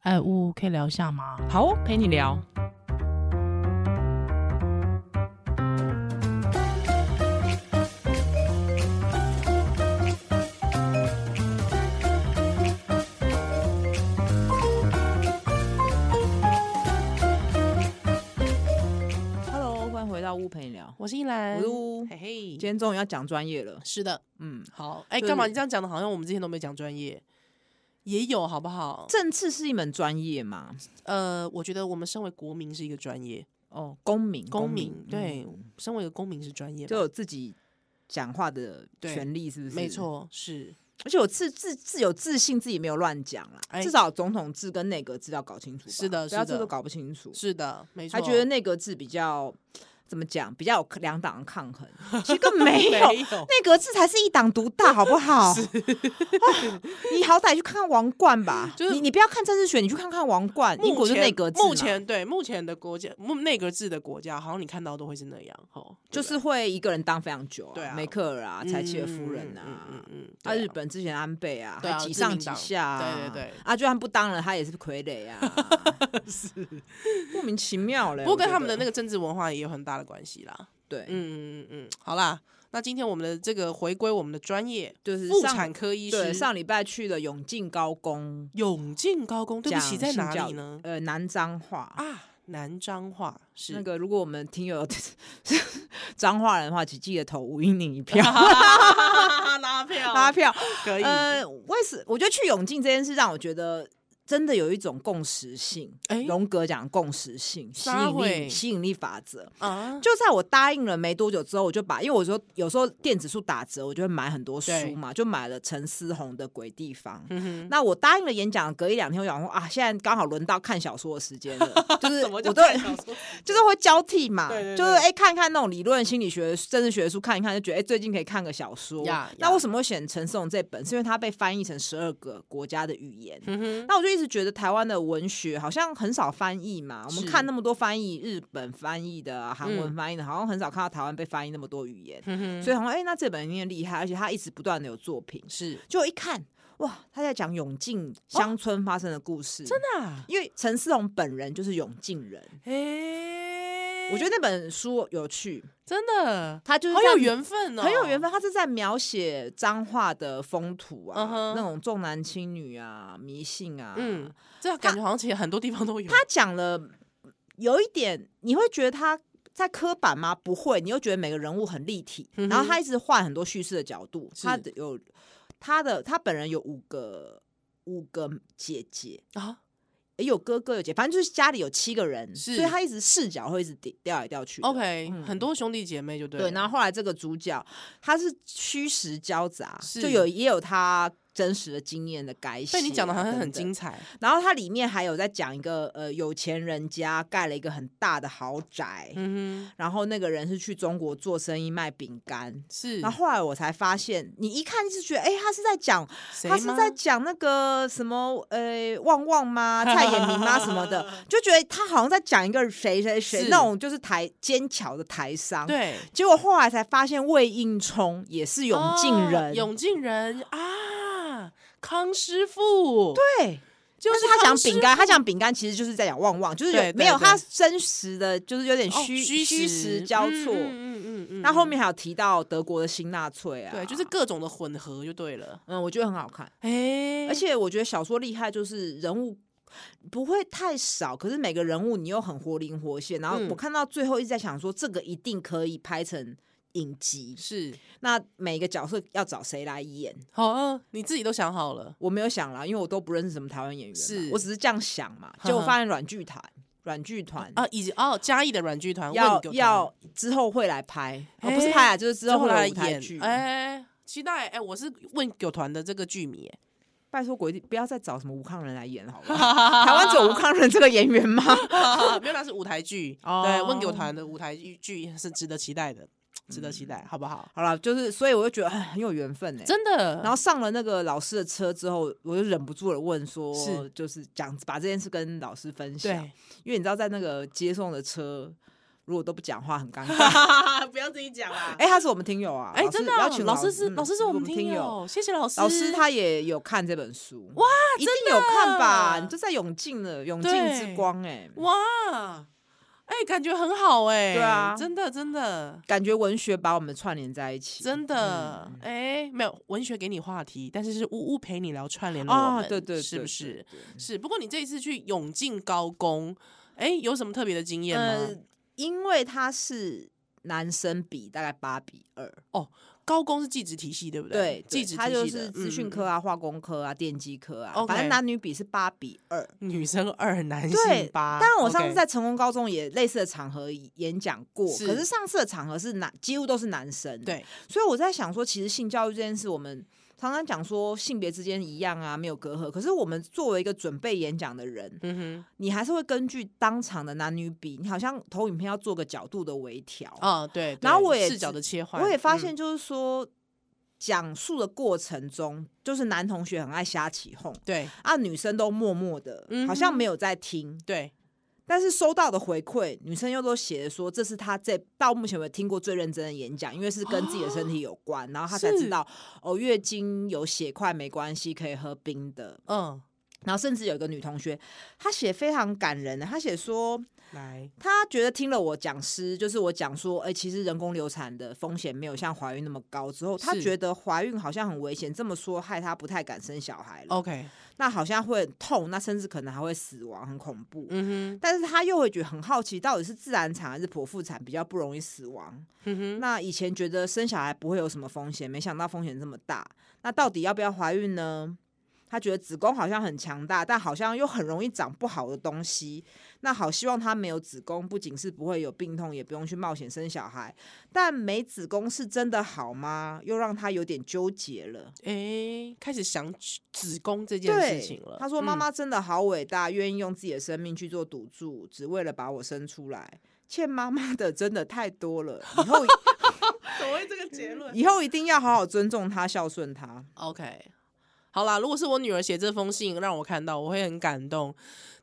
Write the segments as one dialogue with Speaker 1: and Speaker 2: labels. Speaker 1: 哎，呜，可以聊一下吗？
Speaker 2: 好哦，陪你聊。Hello，欢迎回到屋陪你聊。
Speaker 1: 我是依兰，
Speaker 2: 我是乌
Speaker 1: 嗯嘿嘿
Speaker 2: 今，天终于要讲专业了，
Speaker 1: 是的，
Speaker 2: 嗯，
Speaker 1: 好，哎，
Speaker 2: 就是
Speaker 1: 干嘛你这样讲的？好像我们之前都没讲专业，也有好不好？
Speaker 2: 政治是一门专业嘛？
Speaker 1: 呃，我觉得我们身为国民是一个专业，
Speaker 2: 哦，公民，
Speaker 1: 公民对
Speaker 2: 嗯，
Speaker 1: 身为一个公民是专业嘛，
Speaker 2: 就有自己讲话的
Speaker 1: 对
Speaker 2: 权利，是不是？
Speaker 1: 没错，是
Speaker 2: 而且我自自自有自信，自己没有乱讲啦。
Speaker 1: 哎
Speaker 2: 至少总统制跟内阁制要搞清楚吧，
Speaker 1: 是的
Speaker 2: 不要
Speaker 1: 是的
Speaker 2: 这都搞不清楚，
Speaker 1: 是的，没错。
Speaker 2: 还觉得内阁制比较怎么讲，比较有两党的抗衡，其实根本没有。
Speaker 1: 没有，
Speaker 2: 内阁制才是一党独大，好不好？啊你好歹去看看王冠吧。
Speaker 1: 就是
Speaker 2: 你你不要看政治学，你去看看王冠。英
Speaker 1: 目
Speaker 2: 国就
Speaker 1: 前
Speaker 2: 内阁制嘛，
Speaker 1: 目前对目前的国家，目内阁制的国家，好像你看到都会是那样，吼，
Speaker 2: 就
Speaker 1: 对不
Speaker 2: 是会一个人当非常久
Speaker 1: 对啊
Speaker 2: 梅克尔啊，
Speaker 1: 对
Speaker 2: 柴契尔夫人啊，
Speaker 1: 嗯嗯嗯嗯，
Speaker 2: 啊，
Speaker 1: 对
Speaker 2: 日本之前安倍啊，
Speaker 1: 对啊
Speaker 2: 还几上几下、
Speaker 1: 自民党对对对
Speaker 2: 啊，就算不当了，他也是傀儡啊， 是莫名其妙嘞。
Speaker 1: 不过跟
Speaker 2: 我觉得
Speaker 1: 他们的那个政治文化也有很大的关系啦。
Speaker 2: 对，
Speaker 1: 嗯嗯嗯嗯，好啦，那今天我们的这个回归我们的专业，
Speaker 2: 就是
Speaker 1: 妇
Speaker 2: 上
Speaker 1: 产科医
Speaker 2: 对
Speaker 1: 师
Speaker 2: 上礼拜去了永靖高工，
Speaker 1: 永靖高工，对不起，
Speaker 2: 讲
Speaker 1: 在
Speaker 2: 性
Speaker 1: 哪
Speaker 2: 教
Speaker 1: 里
Speaker 2: 育
Speaker 1: 呢？
Speaker 2: 呃，南彰化。
Speaker 1: 啊，南彰化是
Speaker 2: 那个， 如果我们听友彰化人的话，请记得投吴英宁一 票
Speaker 1: 拉票
Speaker 2: 拉票。
Speaker 1: 可以，
Speaker 2: 呃，为什我觉得去永靖这件事让我觉得真的有一种共识性，
Speaker 1: 哎
Speaker 2: 荣格讲共识性、吸
Speaker 1: 啥
Speaker 2: 引
Speaker 1: 会
Speaker 2: 力、吸引力法则。
Speaker 1: 啊，
Speaker 2: 就在我答应了没多久之后，我就把，因为我说有时候电子书打折，我就会买很多书
Speaker 1: 对
Speaker 2: 嘛，就买了陈思宏的《鬼地方》。
Speaker 1: 嗯
Speaker 2: 那我答应了演讲，隔一两天我想说啊，现在刚好轮到看小说的时 间了，就
Speaker 1: 哼，
Speaker 2: 是
Speaker 1: 什
Speaker 2: 我
Speaker 1: 么
Speaker 2: 都
Speaker 1: 叫
Speaker 2: 会
Speaker 1: 看小说？
Speaker 2: 就是会交替嘛，
Speaker 1: 对对对
Speaker 2: 就是哎、看看那种理论心理学、政治学书看一看，就觉得哎、最近可以看个小说。
Speaker 1: 呀
Speaker 2: 那
Speaker 1: 呀
Speaker 2: 为什么会选陈思宏这本？是因为它被翻译成十二个国家的语言。
Speaker 1: 嗯哼，
Speaker 2: 那我就一直觉得台湾的文学好像很少翻译嘛，我们
Speaker 1: 是
Speaker 2: 看那么多翻译，日本翻译的啊、韩文
Speaker 1: 嗯
Speaker 2: 翻译的，好像很少看到台湾被翻译那么多语言。
Speaker 1: 嗯哼，
Speaker 2: 所以好像哎、那这本一定厉害，而且他一直不断的有作品。
Speaker 1: 是
Speaker 2: 就一看，哇，他在讲永靖乡村发生的故事，
Speaker 1: 真的啊，
Speaker 2: 因为陈思宏本人就是永靖人。
Speaker 1: 哎，
Speaker 2: 我觉得那本书有趣，
Speaker 1: 真的
Speaker 2: 他就是
Speaker 1: 好
Speaker 2: 在
Speaker 1: 有缘分哦，
Speaker 2: 很有缘分，他是在描写彰化的风土啊
Speaker 1: 嗯哼
Speaker 2: 那种重男轻女啊、迷信啊。
Speaker 1: 嗯，这感觉好像其实很多地方都有。
Speaker 2: 他讲了有一点，你会觉得他在刻板吗？不会，你又觉得每个人物很立体，
Speaker 1: 嗯哼
Speaker 2: 然后他一直换很多叙事的角度，
Speaker 1: 是
Speaker 2: 他的有他的他本人有五个五个姐姐，
Speaker 1: 啊，
Speaker 2: 也有哥哥有姐，反正就是家里有七个人，所
Speaker 1: 是
Speaker 2: 以他一直视角会一直掉来掉去的。
Speaker 1: OK，、
Speaker 2: 嗯
Speaker 1: 很多兄弟姐妹就对了。啊
Speaker 2: 对，然后后来这个主角他是虚实交杂，
Speaker 1: 是
Speaker 2: 就有也有他真实的经验的改写、
Speaker 1: 被你讲的好像很
Speaker 2: 精
Speaker 1: 精彩，
Speaker 2: 然后它里面还有在讲一个呃有钱人家盖了一个很大的豪宅，
Speaker 1: 嗯哼，
Speaker 2: 然后那个人是去中国做生意卖饼干。
Speaker 1: 是。
Speaker 2: 然后后来我才发现，你一看就觉得，哎、他是在讲，
Speaker 1: 谁
Speaker 2: 他是
Speaker 1: 吗
Speaker 2: 在讲那个什么，呃，旺旺 吗？蔡衍明吗？什么的，就觉得他好像在讲一个谁谁谁
Speaker 1: 是
Speaker 2: 那种，就是台坚巧的台商。，
Speaker 1: 对
Speaker 2: 结果后来才发现，魏应充也是永靖
Speaker 1: 哦
Speaker 2: 人，
Speaker 1: 永靖人啊，康师傅，对，
Speaker 2: 对，
Speaker 1: 就
Speaker 2: 但是他讲饼干，他讲饼干其实就是在讲旺旺，就是有
Speaker 1: 对对
Speaker 2: 没有
Speaker 1: 对
Speaker 2: 他真实的，就是有点虚、
Speaker 1: 哦虚
Speaker 2: 虚实交错。
Speaker 1: 嗯嗯嗯嗯，
Speaker 2: 那后面还有提到德国的辛纳粹啊，
Speaker 1: 对，就是各种的混合就对了，
Speaker 2: 嗯，我觉得很好看，
Speaker 1: 哎，
Speaker 2: 而且我觉得小说厉害就是人物。不会太少，可是每个人物你又很活灵活现。然后
Speaker 1: 嗯
Speaker 2: 我看到最后一直在想说，这个一定可以拍成影集。
Speaker 1: 是
Speaker 2: 那每个角色要找谁来演？
Speaker 1: 好、啊，你自己都想好了，
Speaker 2: 我没有想啦，因为我都不认识什么台湾演员嘛，
Speaker 1: 是
Speaker 2: 我只是这样想嘛。结果发现软剧团，软剧团
Speaker 1: 啊，以及哦，嘉义的软剧团
Speaker 2: 要
Speaker 1: 问你
Speaker 2: 要之后会来拍，哦、
Speaker 1: 哎
Speaker 2: 不是拍啊，就是之
Speaker 1: 之
Speaker 2: 后
Speaker 1: 后
Speaker 2: 会
Speaker 1: 来
Speaker 2: 来舞台
Speaker 1: 演
Speaker 2: 剧。，嗯
Speaker 1: 哎，期待哎，我是问狗团的这个剧 迷，
Speaker 2: 拜托鬼地，不要再找什么吴康仁来演好了。 台湾只有吴康仁这个演员吗？
Speaker 1: 啊没有啦，是舞台剧。
Speaker 2: 哦
Speaker 1: 对，问九团的舞台剧是值得期待的，值得期
Speaker 2: 嗯
Speaker 1: 待，好不好？
Speaker 2: 好了，就是所以我就觉得哎很有缘分哎、
Speaker 1: 真的。
Speaker 2: 然后上了那个老师的车之后，我就忍不住的问说，
Speaker 1: 是
Speaker 2: 就是讲把这件事跟老师分享，
Speaker 1: 对，
Speaker 2: 因为你知道在那个接送的车。如果都不讲话，很尴尬。
Speaker 1: 不要自己讲啦。
Speaker 2: 哎、他是我们听友啊，
Speaker 1: 哎，
Speaker 2: 老师
Speaker 1: 真的
Speaker 2: 要
Speaker 1: 啊，
Speaker 2: 请
Speaker 1: 老师是
Speaker 2: 嗯
Speaker 1: 老师是我们听
Speaker 2: 友。
Speaker 1: 友，谢谢老师。
Speaker 2: 老师他也有看这本书
Speaker 1: 哇，
Speaker 2: 一定
Speaker 1: 真的
Speaker 2: 有看吧？你就在永靖了，永靖之
Speaker 1: 对
Speaker 2: 光哎、
Speaker 1: 哇，哎，感觉很好哎。
Speaker 2: 对啊
Speaker 1: 真的真的
Speaker 2: 感觉文学把我们串联在一起，
Speaker 1: 真的，
Speaker 2: 嗯
Speaker 1: 哎，没有文学给你话题，但是是呜呜陪你聊串联了我
Speaker 2: 啊，
Speaker 1: 们，
Speaker 2: 对对
Speaker 1: 哦是不
Speaker 2: 对嗯
Speaker 1: 是？？
Speaker 2: 对对
Speaker 1: 是，不过你这一次去永靖高工，哎，有什么特别的经验
Speaker 2: 呃
Speaker 1: 吗？，
Speaker 2: 因为他是男生比大概八比二，
Speaker 1: 高工是技职体系，对不
Speaker 2: 对，
Speaker 1: 技
Speaker 2: 对
Speaker 1: 职体
Speaker 2: 他就
Speaker 1: 系
Speaker 2: 是
Speaker 1: 的
Speaker 2: 资讯，科
Speaker 1: 嗯嗯
Speaker 2: 啊、化工科啊、电机科啊，
Speaker 1: OK
Speaker 2: 反正男女比是八比二。
Speaker 1: 嗯女生二，男
Speaker 2: 对
Speaker 1: 性，八。
Speaker 2: 当然我上次
Speaker 1: 啊 OK
Speaker 2: 在成功高中也类似的场合演讲过，
Speaker 1: 是
Speaker 2: 可是上次的场合是男，几乎都是男生。，
Speaker 1: 对
Speaker 2: 所以我在想说，其实性教育这件事，我们常常讲说性别之间一样啊，没有隔阂。可是我们作为一个准备演讲的人，
Speaker 1: 嗯
Speaker 2: 你还是会根据当场的男女比，你好像投影片要做个角度的微调
Speaker 1: 哼，。啊，对。
Speaker 2: 然后
Speaker 1: 对
Speaker 2: 我也
Speaker 1: 视角
Speaker 2: 知
Speaker 1: 的切换，
Speaker 2: 我也发
Speaker 1: 嗯
Speaker 2: 现，就是说。讲述的过程中，就是男同学很爱瞎起哄
Speaker 1: 对
Speaker 2: 啊，女生都默默的，
Speaker 1: 嗯哼
Speaker 2: 好像没有在听。
Speaker 1: 对
Speaker 2: 但是收到的回馈，女生又都写说，这是她这到目前为止听过最认真的演讲，因为是跟自己的身体有关，然后她才知
Speaker 1: 是
Speaker 2: 道哦，月经有血块没关系，可以喝冰的。
Speaker 1: 嗯，
Speaker 2: 然后甚哦至有一个女同学，她写非常感人的，她写说
Speaker 1: 来，
Speaker 2: 她觉得听了我讲师，就是我讲说，哎、其实人工流产的风险没有像怀孕那么高之后，她
Speaker 1: 是
Speaker 2: 觉得怀孕好像很危险，这么说害她不太敢生小孩了，
Speaker 1: OK，
Speaker 2: 那好像会很痛，那甚至可能还会死亡，很恐怖。
Speaker 1: 嗯
Speaker 2: 但是她又会觉得很好奇，到底是自然产还是剖腹产比较不容易死亡？
Speaker 1: 哼，嗯哼，
Speaker 2: 那以前觉得生小孩不会有什么风险，没想到风险这么大。那到底要不要怀孕呢？她觉得子宫好像很强大，但好像又很容易长不好的东西。那好希望她没有子宫，不仅是不会有病痛，也不用去冒险生小孩。但没子宫是真的好吗？又让她有点纠结了。
Speaker 1: 诶，开始想子子宫这件
Speaker 2: 对，
Speaker 1: 事情了。
Speaker 2: 她说：“妈
Speaker 1: 嗯
Speaker 2: 妈真的好伟大，愿意用自己的生命去做赌注，只为了把我生出来。欠妈妈的真的太多了，以 后
Speaker 1: 怎么会这个结论
Speaker 2: 以后一定要好好尊重她，孝顺她。
Speaker 1: ？OK，好啦，如果是我女儿写这封信让我看到，我会很感动。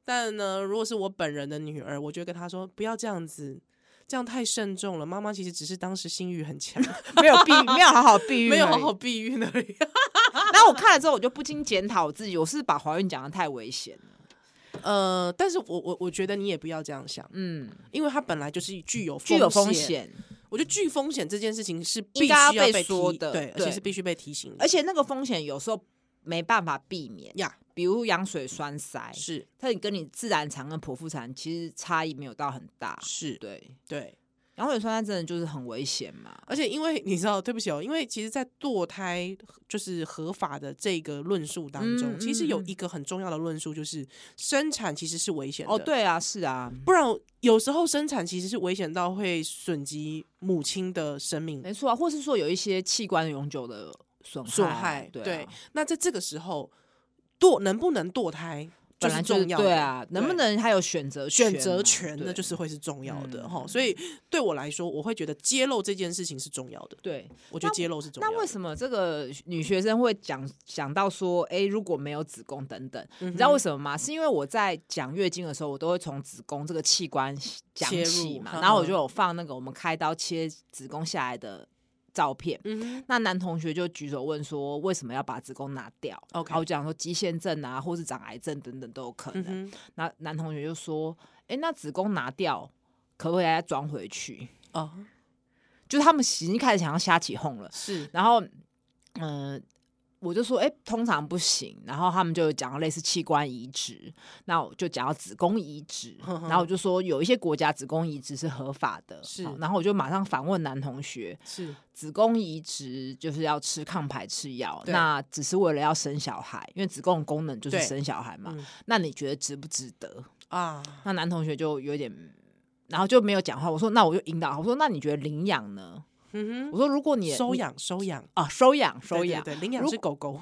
Speaker 1: 但呢，如果是我本人的女儿，我就会跟她说不要这样子。这样太慎重了，妈妈其实只是当时性欲很强，
Speaker 2: 没有避，没有好好避孕，
Speaker 1: 没有好好。避孕而已。
Speaker 2: 然后我看了之后，我就不禁检讨我自己，我是不是把怀孕讲的太危险了。
Speaker 1: 呃，但是我我我觉得你也不要这样想，
Speaker 2: 嗯，
Speaker 1: 因为它本来就是具有
Speaker 2: 具有
Speaker 1: 风
Speaker 2: 风。险，
Speaker 1: 我觉得具风险这件事情是必
Speaker 2: 应
Speaker 1: 须
Speaker 2: 该要被
Speaker 1: 被提
Speaker 2: 说的
Speaker 1: 对，而
Speaker 2: 对
Speaker 1: 且是必须被提醒的。
Speaker 2: 而且那个风险有时候没办法避免，
Speaker 1: 呀
Speaker 2: 比如羊水栓塞，
Speaker 1: 是
Speaker 2: 它跟你自然产跟剖腹产其实差异没有到很大。
Speaker 1: 是，
Speaker 2: 啊对，
Speaker 1: 对，
Speaker 2: 羊水栓塞真的就是很危险嘛。
Speaker 1: 而且因为你知道，对不起哦，因为其实，在堕胎就是合法的这个论述当中，
Speaker 2: 嗯
Speaker 1: 其实有
Speaker 2: 嗯嗯
Speaker 1: 一个很重要的论述，就是生产其实是危险的。
Speaker 2: 哦，，对啊，是啊，
Speaker 1: 不然有时候生产其实是危险到会损及母亲的生命。
Speaker 2: 没错啊，或是说有一些器官永久的损
Speaker 1: 损
Speaker 2: 啊
Speaker 1: 害
Speaker 2: 对啊
Speaker 1: 对那在这个时候，堕能不能堕胎，
Speaker 2: 本来
Speaker 1: 是
Speaker 2: 就是
Speaker 1: 重要的
Speaker 2: 对啊，能不
Speaker 1: 对
Speaker 2: 能还有选择
Speaker 1: 选
Speaker 2: 权啊
Speaker 1: 择
Speaker 2: 嘛
Speaker 1: 权
Speaker 2: 对
Speaker 1: 呢，就是会是重要的
Speaker 2: 嗯
Speaker 1: 哈、所以对我来说，我会觉得揭露这件事情是重要的。
Speaker 2: 对。
Speaker 1: 我觉得揭露是重要
Speaker 2: 那
Speaker 1: 的。
Speaker 2: 为什么这个女学生会讲讲到说，哎、如果没有子宫等等，
Speaker 1: 嗯
Speaker 2: 你知道
Speaker 1: 哼
Speaker 2: 为什么吗？是因为我在讲月经的时候，我都会从子宫这个器官讲
Speaker 1: 切
Speaker 2: 起
Speaker 1: 入
Speaker 2: 嘛，
Speaker 1: 嗯
Speaker 2: 然后我
Speaker 1: 嗯
Speaker 2: 就有放那个我们开刀切子宫下来的照片。
Speaker 1: 嗯哼
Speaker 2: 那男同学就举手问说，为什么要把子宫拿掉
Speaker 1: OK
Speaker 2: 然后我讲说肌腺症啊，或是长癌症等等都有可
Speaker 1: 嗯
Speaker 2: 能。
Speaker 1: 哼，
Speaker 2: 那、男同学就说，哎、那子宫拿掉可不可以再装回去？
Speaker 1: 哦，
Speaker 2: 就是他们已经开始想要瞎起哄了。
Speaker 1: 是
Speaker 2: 然后，嗯、我就说，哎、通常不行。然后他们就有讲到类似器官移植，那我就讲到子宫移植。
Speaker 1: 哼哼
Speaker 2: 然后我就说，有一些国家子宫移植是合法的。
Speaker 1: 是
Speaker 2: 好然后我就马上反问男同学，
Speaker 1: 是，
Speaker 2: 子宫移植就是要吃抗排斥药，
Speaker 1: 对
Speaker 2: 那只是为了要生小孩，因为子宫的功能就是
Speaker 1: 对
Speaker 2: 生小孩嘛。
Speaker 1: 嗯
Speaker 2: 那你觉得值不值得？
Speaker 1: 啊，
Speaker 2: 那男同学就有点。然后就没有讲话。我说，那我就引导他。我说，那你觉得领养呢？
Speaker 1: 嗯
Speaker 2: 我说，如果你
Speaker 1: 哼，收
Speaker 2: 你
Speaker 1: 养收养
Speaker 2: 啊，收养收
Speaker 1: 对对
Speaker 2: 养，
Speaker 1: 对，领养
Speaker 2: 如
Speaker 1: 是狗狗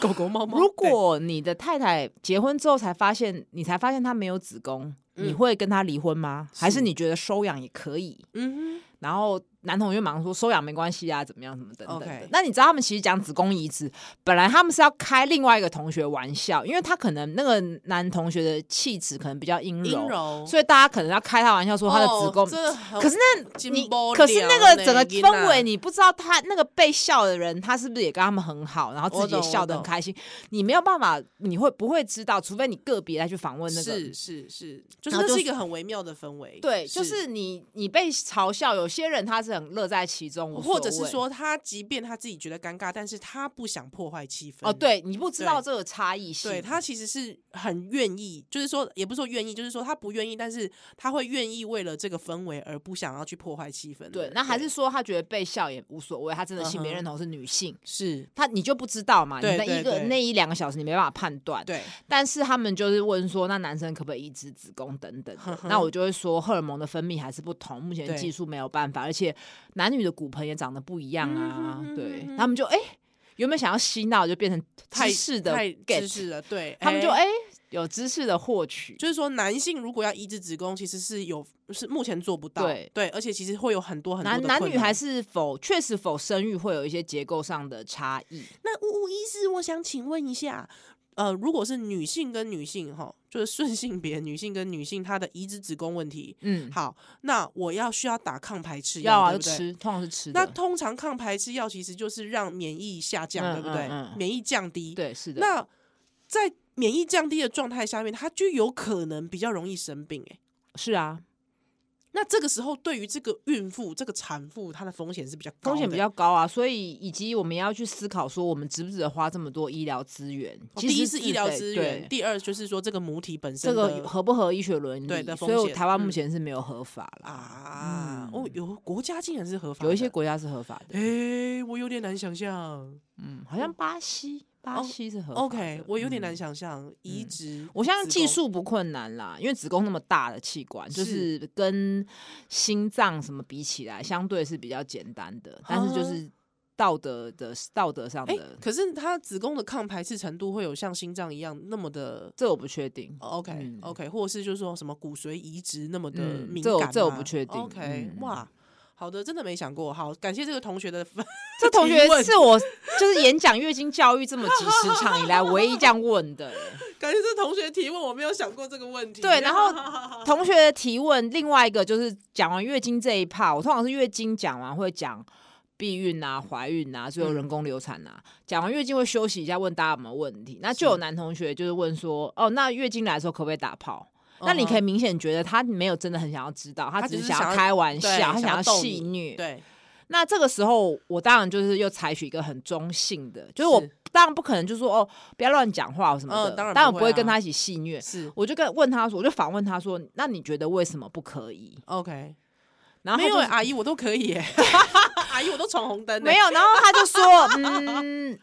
Speaker 1: 狗狗猫 猫。
Speaker 2: 如
Speaker 1: 对
Speaker 2: 果你的太太结婚之后才发现，你才发现她没有子宫，你
Speaker 1: 嗯
Speaker 2: 会跟她离婚吗？还是
Speaker 1: 是
Speaker 2: 你觉得收养也可以？
Speaker 1: 嗯哼，
Speaker 2: 然后男同学马上说收养没关系啊，怎么样，怎么等等的。
Speaker 1: OK
Speaker 2: 那你知道他们其实讲子宫移植，本来他们是要开另外一个同学玩笑，因为他可能那个男同学的气质可能比较阴柔，
Speaker 1: 阴柔，
Speaker 2: 所以大家可能要开他玩笑说他的子宫。
Speaker 1: 哦真的很
Speaker 2: 可是那
Speaker 1: 金
Speaker 2: 你
Speaker 1: 波
Speaker 2: 可是
Speaker 1: 聊
Speaker 2: 那个
Speaker 1: 呢
Speaker 2: 整个
Speaker 1: 囡仔
Speaker 2: 氛围，你不知道他那个被笑的人，他是不是也跟他们很好，然后自己
Speaker 1: 我懂
Speaker 2: 也笑得
Speaker 1: 我
Speaker 2: 很
Speaker 1: 懂
Speaker 2: 开心，你没有办法，你会不会知道？除非你个别再去访问那个。
Speaker 1: 是是是，就是
Speaker 2: 然后
Speaker 1: 这
Speaker 2: 就是
Speaker 1: 一个很微妙的氛围，
Speaker 2: 对，就是你你被嘲笑，有些人他是很乐在其中，无
Speaker 1: 或者
Speaker 2: 所
Speaker 1: 是
Speaker 2: 谓
Speaker 1: 说他即便他自己觉得尴尬，但是他不想破坏气氛，
Speaker 2: 哦，对你不知
Speaker 1: 对
Speaker 2: 道这个差异性，
Speaker 1: 对他其实是很愿意，就是说也不是说愿意，就是说他不愿意，但是他会愿意为了这个氛围而不想要去破坏气氛的。
Speaker 2: 对，那还是说他觉得被笑也无所谓，他真的性别
Speaker 1: 嗯哼
Speaker 2: 认同是女性，
Speaker 1: 是
Speaker 2: 他你就不知道嘛，你
Speaker 1: 对
Speaker 2: 那
Speaker 1: 对
Speaker 2: 一个
Speaker 1: 对
Speaker 2: 那一两个小时你没办法判断，
Speaker 1: 对
Speaker 2: 但是他们就是问说，那男生可不可以移植子宫等等
Speaker 1: 呵
Speaker 2: 的？
Speaker 1: 呵
Speaker 2: 那我就会说，荷尔蒙的分泌还是不同，目前
Speaker 1: 对
Speaker 2: 技术没有办法，而且男女的骨盆也长得不一样啊。
Speaker 1: 嗯哼
Speaker 2: 对
Speaker 1: 嗯哼，
Speaker 2: 他们就哎、原本想要嬉闹，就变成
Speaker 1: 太
Speaker 2: 知识的
Speaker 1: 太知
Speaker 2: get，
Speaker 1: 识了，对
Speaker 2: 他们就
Speaker 1: 哎
Speaker 2: 哎、有知识的获取。
Speaker 1: 就是说男性如果要移植子宫，其实是有是目前做不到，
Speaker 2: 对
Speaker 1: 而且其实会有很多很多
Speaker 2: 男
Speaker 1: 的
Speaker 2: 男
Speaker 1: 困
Speaker 2: 女还
Speaker 1: 难
Speaker 2: 是否确实否生育会有一些结构上的差异，
Speaker 1: 那五五一四，我想请问一下，呃，如果是女性跟女性哈，就是顺性别女性跟女性，她的移植子宫问题，
Speaker 2: 嗯，
Speaker 1: 好，那我要需要打抗排斥
Speaker 2: 药
Speaker 1: 药，
Speaker 2: 啊
Speaker 1: 对
Speaker 2: 就
Speaker 1: 不对？
Speaker 2: 吃，通常是吃
Speaker 1: 那
Speaker 2: 的，
Speaker 1: 通常抗排斥药其实就是让免疫下降，
Speaker 2: 嗯
Speaker 1: 对不对？
Speaker 2: 嗯嗯
Speaker 1: 免疫降低。
Speaker 2: 对是的。
Speaker 1: 那在免疫降低的状态下面，她就有可能比较容易生病、欸。
Speaker 2: 是啊，
Speaker 1: 那这个时候对于这个孕妇、这个产妇，她的风险是比较高的
Speaker 2: 风险比较高啊，所以以及我们要去思考说，我们值不值得花这么多医疗资源？
Speaker 1: 哦
Speaker 2: 其
Speaker 1: 第一
Speaker 2: 实
Speaker 1: 是
Speaker 2: 自
Speaker 1: 医疗
Speaker 2: 费
Speaker 1: 资
Speaker 2: 对
Speaker 1: 源，第二就是说这个母体本身
Speaker 2: 这
Speaker 1: 的
Speaker 2: 个合不合医学伦理？
Speaker 1: 对的风
Speaker 2: 所以我
Speaker 1: 险
Speaker 2: 台
Speaker 1: 嗯
Speaker 2: 湾目前是没有合法啦，
Speaker 1: 啊，
Speaker 2: 嗯
Speaker 1: 哦，有国家竟然是合法的，
Speaker 2: 有一些国家是合法的，
Speaker 1: 诶，我有点难想象。
Speaker 2: 嗯，好像巴西，巴
Speaker 1: 哦
Speaker 2: 西是合法的。
Speaker 1: OK，我有点
Speaker 2: 嗯
Speaker 1: 难想象移
Speaker 2: 嗯
Speaker 1: 植，
Speaker 2: 我相信技，术不困难啦，因为子宫那么大的器官，就是是跟心脏什么比起来，相对是比较简单的，但是就
Speaker 1: 啊
Speaker 2: 是道德的道德上
Speaker 1: 诶，
Speaker 2: 的，
Speaker 1: 哎可是她子宫的抗排斥程度会有像心脏一样那么的哦
Speaker 2: 这我不确定。
Speaker 1: OK
Speaker 2: 嗯
Speaker 1: OK，或者是就是说什么骨髓移植那么的
Speaker 2: 嗯
Speaker 1: 敏
Speaker 2: 这我
Speaker 1: 感吗？
Speaker 2: 这我不确定
Speaker 1: OK，
Speaker 2: 嗯
Speaker 1: 哇。好的，真的没想过。好，感谢这个同学的分。
Speaker 2: 这同学
Speaker 1: 提问
Speaker 2: 是我就是演讲月经教育这么几 十场以来唯一这样问的
Speaker 1: 感谢这同学提问，我没有想过这个问题。
Speaker 2: 对然后 同学的提问。另外一个就是讲完月经这一趴，我通常是月经讲完会讲避孕啊、怀孕啊，最后人工流产啊。讲完月经会休息一下，问大家有没有问题。那就有
Speaker 1: 是
Speaker 2: 男同学就是问说，哦，那月经来的时候可不可以打炮？那你 可以
Speaker 1: 以
Speaker 2: 明显觉得他没有真的很想要知道，嗯他
Speaker 1: 他
Speaker 2: 只
Speaker 1: 只
Speaker 2: 是
Speaker 1: 是
Speaker 2: 想
Speaker 1: 想
Speaker 2: 要
Speaker 1: 要
Speaker 2: 开玩
Speaker 1: 对
Speaker 2: 笑，他
Speaker 1: 想
Speaker 2: 想
Speaker 1: 要
Speaker 2: 要
Speaker 1: 逗你
Speaker 2: 戏虐。
Speaker 1: 嗯对，
Speaker 2: 那这个时候，我当然就是又采取一个很中性的，就是我
Speaker 1: 是
Speaker 2: 当然不可能就说哦，不要乱讲话什么的，
Speaker 1: 嗯当然不会啊
Speaker 2: 我不会跟他一起戏虐。
Speaker 1: 是
Speaker 2: 我就跟问他说，我就反问他说，那你觉得为什么不可以？
Speaker 1: OK。
Speaker 2: 然后
Speaker 1: 没
Speaker 2: 他
Speaker 1: 有、
Speaker 2: 就
Speaker 1: 欸、阿姨，我都可以、欸， 阿姨我都闯红灯、欸，
Speaker 2: 啊没 有，然后他就说，嗯，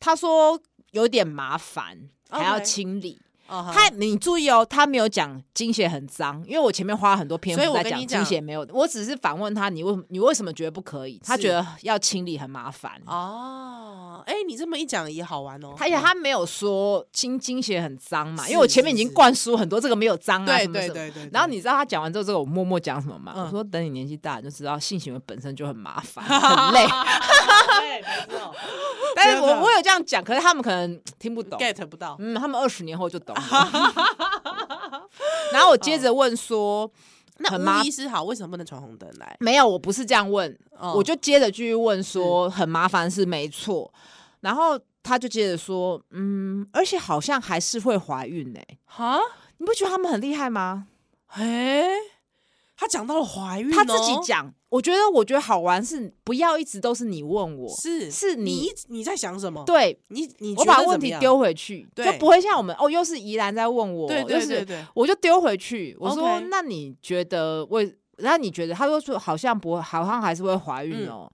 Speaker 2: 他说有点麻烦，还要
Speaker 1: OK
Speaker 2: 清理。
Speaker 1: 啊哈
Speaker 2: 他你注意哦，他没有讲经血很脏，因为我前面花了很多篇
Speaker 1: 所以
Speaker 2: 幅
Speaker 1: 我
Speaker 2: 在
Speaker 1: 跟你
Speaker 2: 讲
Speaker 1: 讲
Speaker 2: 经血没有，我只是反问他，你为什么你为什么觉得不可以？他
Speaker 1: 是
Speaker 2: 觉得要清理很麻烦。
Speaker 1: 哦，哎、你这么一讲也好玩哦，
Speaker 2: 而且
Speaker 1: 嗯
Speaker 2: 他没有说清经血很脏嘛，
Speaker 1: 是
Speaker 2: 因为我前面已
Speaker 1: 是
Speaker 2: 经
Speaker 1: 是
Speaker 2: 灌输很多这个没有脏啊
Speaker 1: 对
Speaker 2: 什么
Speaker 1: 对
Speaker 2: 什么。
Speaker 1: 对对，
Speaker 2: 然后你知道他讲完之后，这个我默默讲什么吗？
Speaker 1: 嗯
Speaker 2: 我说等你年纪大，你就知道性行为本身就很麻 烦，很累。但是
Speaker 1: 真的
Speaker 2: 我我有这样讲，可是他们可能听不懂。
Speaker 1: get 不到，
Speaker 2: 嗯，他们二十年后就 懂了。然后我接着问说，
Speaker 1: 那
Speaker 2: 很
Speaker 1: 无
Speaker 2: 麻
Speaker 1: 意识好，为什么不能闯红灯来？
Speaker 2: 没有，我不是这样问，
Speaker 1: 哦
Speaker 2: 我就接着继续问说，很麻烦是没错。然后他就接着说，嗯，而且好像还是会怀孕呢、
Speaker 1: 哈，
Speaker 2: 你不觉得他们很厉害吗？
Speaker 1: 哎、他讲到了怀孕、哦，
Speaker 2: 他自己讲，我觉得我觉得好玩是不要一直都是你问我，
Speaker 1: 是
Speaker 2: 是
Speaker 1: 你
Speaker 2: 你
Speaker 1: 一直你在想什么？
Speaker 2: 对
Speaker 1: 你你觉
Speaker 2: 我
Speaker 1: 得
Speaker 2: 把
Speaker 1: 怎
Speaker 2: 问
Speaker 1: 么
Speaker 2: 题
Speaker 1: 样，
Speaker 2: 丢回去，就
Speaker 1: 对
Speaker 2: 不会像我们哦，又是宜兰在问我，
Speaker 1: 对
Speaker 2: 又
Speaker 1: 对对
Speaker 2: 是
Speaker 1: 对，
Speaker 2: 我就丢回去，我说
Speaker 1: OK
Speaker 2: 那你觉得为？那你觉得他说说好像不会，好像还是会怀
Speaker 1: 嗯
Speaker 2: 孕哦。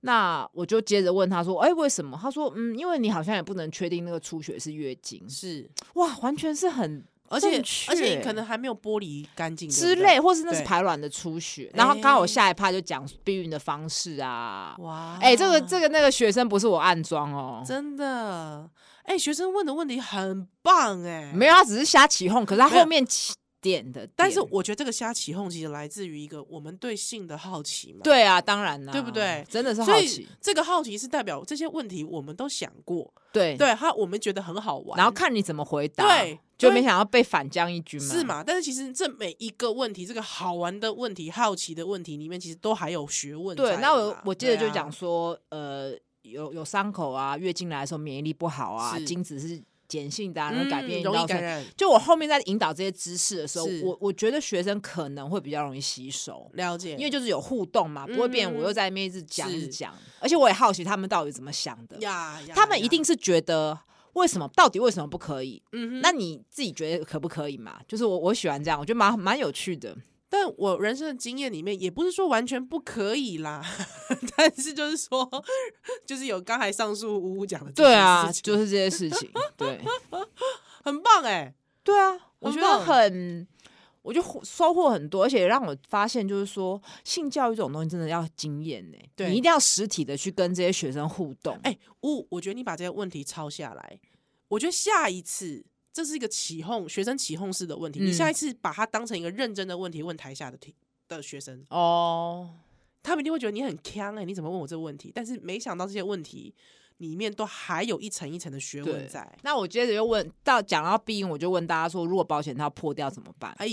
Speaker 2: 那我就接着问他说：“哎、为什么？”他说：“嗯，因为你好像也不能确定那个出血是月经。
Speaker 1: 是，”
Speaker 2: 哇，完全是很
Speaker 1: 而且
Speaker 2: 正确
Speaker 1: 而且你可能还没有剥离干净
Speaker 2: 之，
Speaker 1: 对
Speaker 2: 类，或是那是
Speaker 1: 对
Speaker 2: 排卵的出血。然后刚好
Speaker 1: 哎
Speaker 2: 我下一趴就讲避孕的方式啊
Speaker 1: 不对。哇，
Speaker 2: 哎、这个这个那个学生不是我暗装哦，
Speaker 1: 真的，哎、学生问的问题很棒哎、
Speaker 2: 没有，他只是瞎起哄，可是他
Speaker 1: 没有
Speaker 2: 后面起店的店，
Speaker 1: 但是我觉得这个瞎起哄其实来自于一个我们对性的好奇嘛。，
Speaker 2: 对啊，当然啦，
Speaker 1: 对不对
Speaker 2: 真的是
Speaker 1: 所
Speaker 2: 好
Speaker 1: 以
Speaker 2: 奇，
Speaker 1: 这个好奇是代表这些问题我们都想过，
Speaker 2: 对，
Speaker 1: 对他我们觉得很好玩，
Speaker 2: 然后看你怎么回答，
Speaker 1: 对
Speaker 2: 就
Speaker 1: 对
Speaker 2: 没想到被反将一军嘛，
Speaker 1: 是？嘛？但是其实这每一个问题，这个好玩的问题、好奇的问题里面，其实都还有学问在的
Speaker 2: 对，
Speaker 1: 嘛。
Speaker 2: 那我我记得
Speaker 1: 对
Speaker 2: 就
Speaker 1: 啊
Speaker 2: 讲说，呃，有有伤口啊，月经来的时候免疫力不好啊，
Speaker 1: 是
Speaker 2: 精子是碱性的、啊，容易改
Speaker 1: 嗯
Speaker 2: 变阴
Speaker 1: 容易
Speaker 2: 道
Speaker 1: 感
Speaker 2: 酸。
Speaker 1: 染，
Speaker 2: 就我后面在引导这些知识的时候
Speaker 1: 是，
Speaker 2: 我我觉得学生可能会比较容易吸收，
Speaker 1: 了解，
Speaker 2: 因为就是有互动嘛，不会变
Speaker 1: 嗯
Speaker 2: 我又在那边一直讲一直
Speaker 1: 是
Speaker 2: 讲，而且我也好奇他们到底怎么想的，
Speaker 1: 呀，呀
Speaker 2: 他们
Speaker 1: 呀
Speaker 2: 一定是觉得为什么到底为什么不可以？
Speaker 1: 嗯哼。
Speaker 2: 那你自己觉得可不可以嘛？就是我我喜欢这样，我觉得蛮蛮有趣的。
Speaker 1: 但我人生的经验里面，也不是说完全不可以啦， 但是就是说，就是有刚才上述呜呜讲的这
Speaker 2: 对
Speaker 1: 件
Speaker 2: 啊，
Speaker 1: 事情
Speaker 2: 就是这些事情，对
Speaker 1: 很棒哎、
Speaker 2: 对啊，我
Speaker 1: 很
Speaker 2: 觉
Speaker 1: 棒
Speaker 2: 得很。我就获收获很多，而且也让我发现，就是说性教育这种东西真的要经验呢、
Speaker 1: 对
Speaker 2: 你一定要实体的去跟这些学生互动。
Speaker 1: 哎、呜，我觉得你把这些问题抄下来，我觉得下一次这是一个起哄学生起哄式的问题，你下
Speaker 2: 嗯
Speaker 1: 一次把它当成一个认真的问题问台下的题的学生，
Speaker 2: 哦，
Speaker 1: 他们一定会觉得你很坑哎、你怎么问我这个问题？但是没想到这些问题里面都还有一层一层的学问
Speaker 2: 对
Speaker 1: 在。
Speaker 2: 那我接着又问到讲到避孕，我就问大家说，如果保险套破掉怎么办？
Speaker 1: 哎，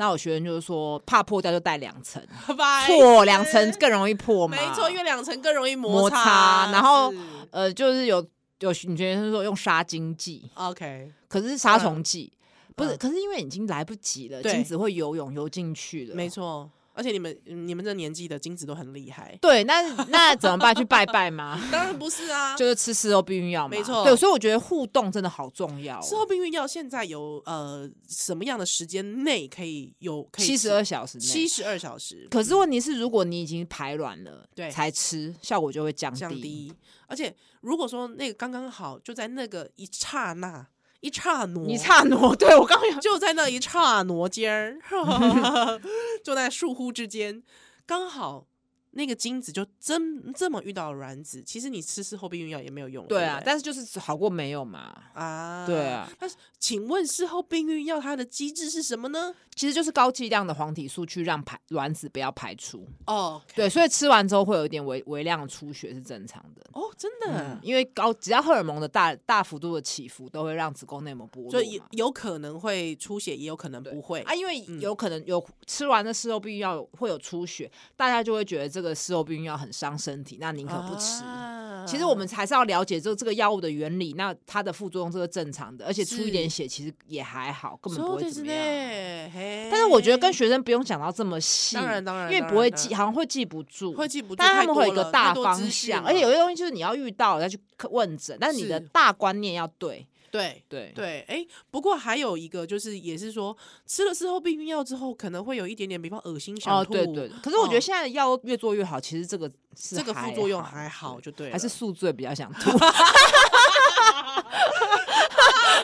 Speaker 2: 那我学生就是说，怕破掉就戴两层，
Speaker 1: 白
Speaker 2: 破两层更容易破嘛，
Speaker 1: 哎没错，因为两层更容易
Speaker 2: 摩
Speaker 1: 擦
Speaker 2: 擦，然后
Speaker 1: 是
Speaker 2: 呃，就是有有女学生说用杀精剂，
Speaker 1: OK，
Speaker 2: 可是是杀虫剂、不是、
Speaker 1: 嗯
Speaker 2: 可是因为已经来不及了，
Speaker 1: 对
Speaker 2: 精子会游泳游进去了，
Speaker 1: 没。错。而且你们你们这年纪的精子都很厉害，
Speaker 2: 对，那 那怎么办？去拜拜吗？
Speaker 1: 当然不是啊，
Speaker 2: 就是吃事后避孕药嘛，
Speaker 1: 没错
Speaker 2: 对，所以我觉得互动真的好重要、哦
Speaker 1: 事后避孕药现在有呃什么样的时间内可以有可以
Speaker 2: 七十二小时内。
Speaker 1: 七十二小时
Speaker 2: 可是问题是，如果你已经排卵了，
Speaker 1: 对
Speaker 2: 才吃，效果就会降低。
Speaker 1: 降低，而且如果说那个刚刚好就在那个一刹那一刹那，
Speaker 2: 你差挪， 对我刚刚有
Speaker 1: 就在那一刹那间 儿，就在疏忽之间，刚好那个精子就真这么遇到卵子，其实你吃事后避孕药也没有用，
Speaker 2: 对啊，
Speaker 1: 不
Speaker 2: 但是就是好过没有嘛。
Speaker 1: 啊，
Speaker 2: 对啊。
Speaker 1: 但是，请问事后避孕药它的机制是什么呢？
Speaker 2: 其实就是高剂量的黄体素去让排卵子不要排出。
Speaker 1: 哦，
Speaker 2: 对，，所以吃完之后会有一点微微量的出血是正常的。
Speaker 1: 哦，真
Speaker 2: 嗯
Speaker 1: 的，，
Speaker 2: 因为高只要荷尔蒙的大大幅度的起伏，都会让子宫内膜剥
Speaker 1: 所以有
Speaker 2: 落嘛。
Speaker 1: 有可能会出血，也有可能不会。
Speaker 2: 啊，因为
Speaker 1: 嗯
Speaker 2: 有可能有吃完的事后避孕药有会有出血，大家就会觉得这个事后避孕药很伤身体，那宁可不吃。
Speaker 1: 啊
Speaker 2: 其实我们还是要了解这这个药物的原理，那它的副作用这个正常的，而且出一点血其实也还好，根本不
Speaker 1: 说
Speaker 2: 会
Speaker 1: 的
Speaker 2: 怎
Speaker 1: 是
Speaker 2: 么
Speaker 1: 呢
Speaker 2: 样。，
Speaker 1: 嘿
Speaker 2: 但是我觉得跟学生不用讲到这么细，
Speaker 1: 当然当然，
Speaker 2: 因为
Speaker 1: 当
Speaker 2: 不会
Speaker 1: 然
Speaker 2: 记，，好像会记不住，
Speaker 1: 当然会记不住，
Speaker 2: 但他
Speaker 1: 太
Speaker 2: 们会有一
Speaker 1: 多
Speaker 2: 个
Speaker 1: 了
Speaker 2: 大
Speaker 1: 太多
Speaker 2: 方
Speaker 1: 资讯
Speaker 2: 向，
Speaker 1: 了
Speaker 2: 而且有些东西就是你要遇到了再去看问诊，但是你的
Speaker 1: 是
Speaker 2: 大观念要对，
Speaker 1: 对。
Speaker 2: 对
Speaker 1: 对，哎，不过还有一个就是，也是说吃了事后避孕药之后，可能会有一点点，比方恶心、想
Speaker 2: 哦，
Speaker 1: 吐，
Speaker 2: 对 对。可是我觉
Speaker 1: 哦
Speaker 2: 得现在的药越做越好，其实这个是
Speaker 1: 这个副作用还好，
Speaker 2: 对
Speaker 1: 就对了，
Speaker 2: 还是宿醉比较想 吐。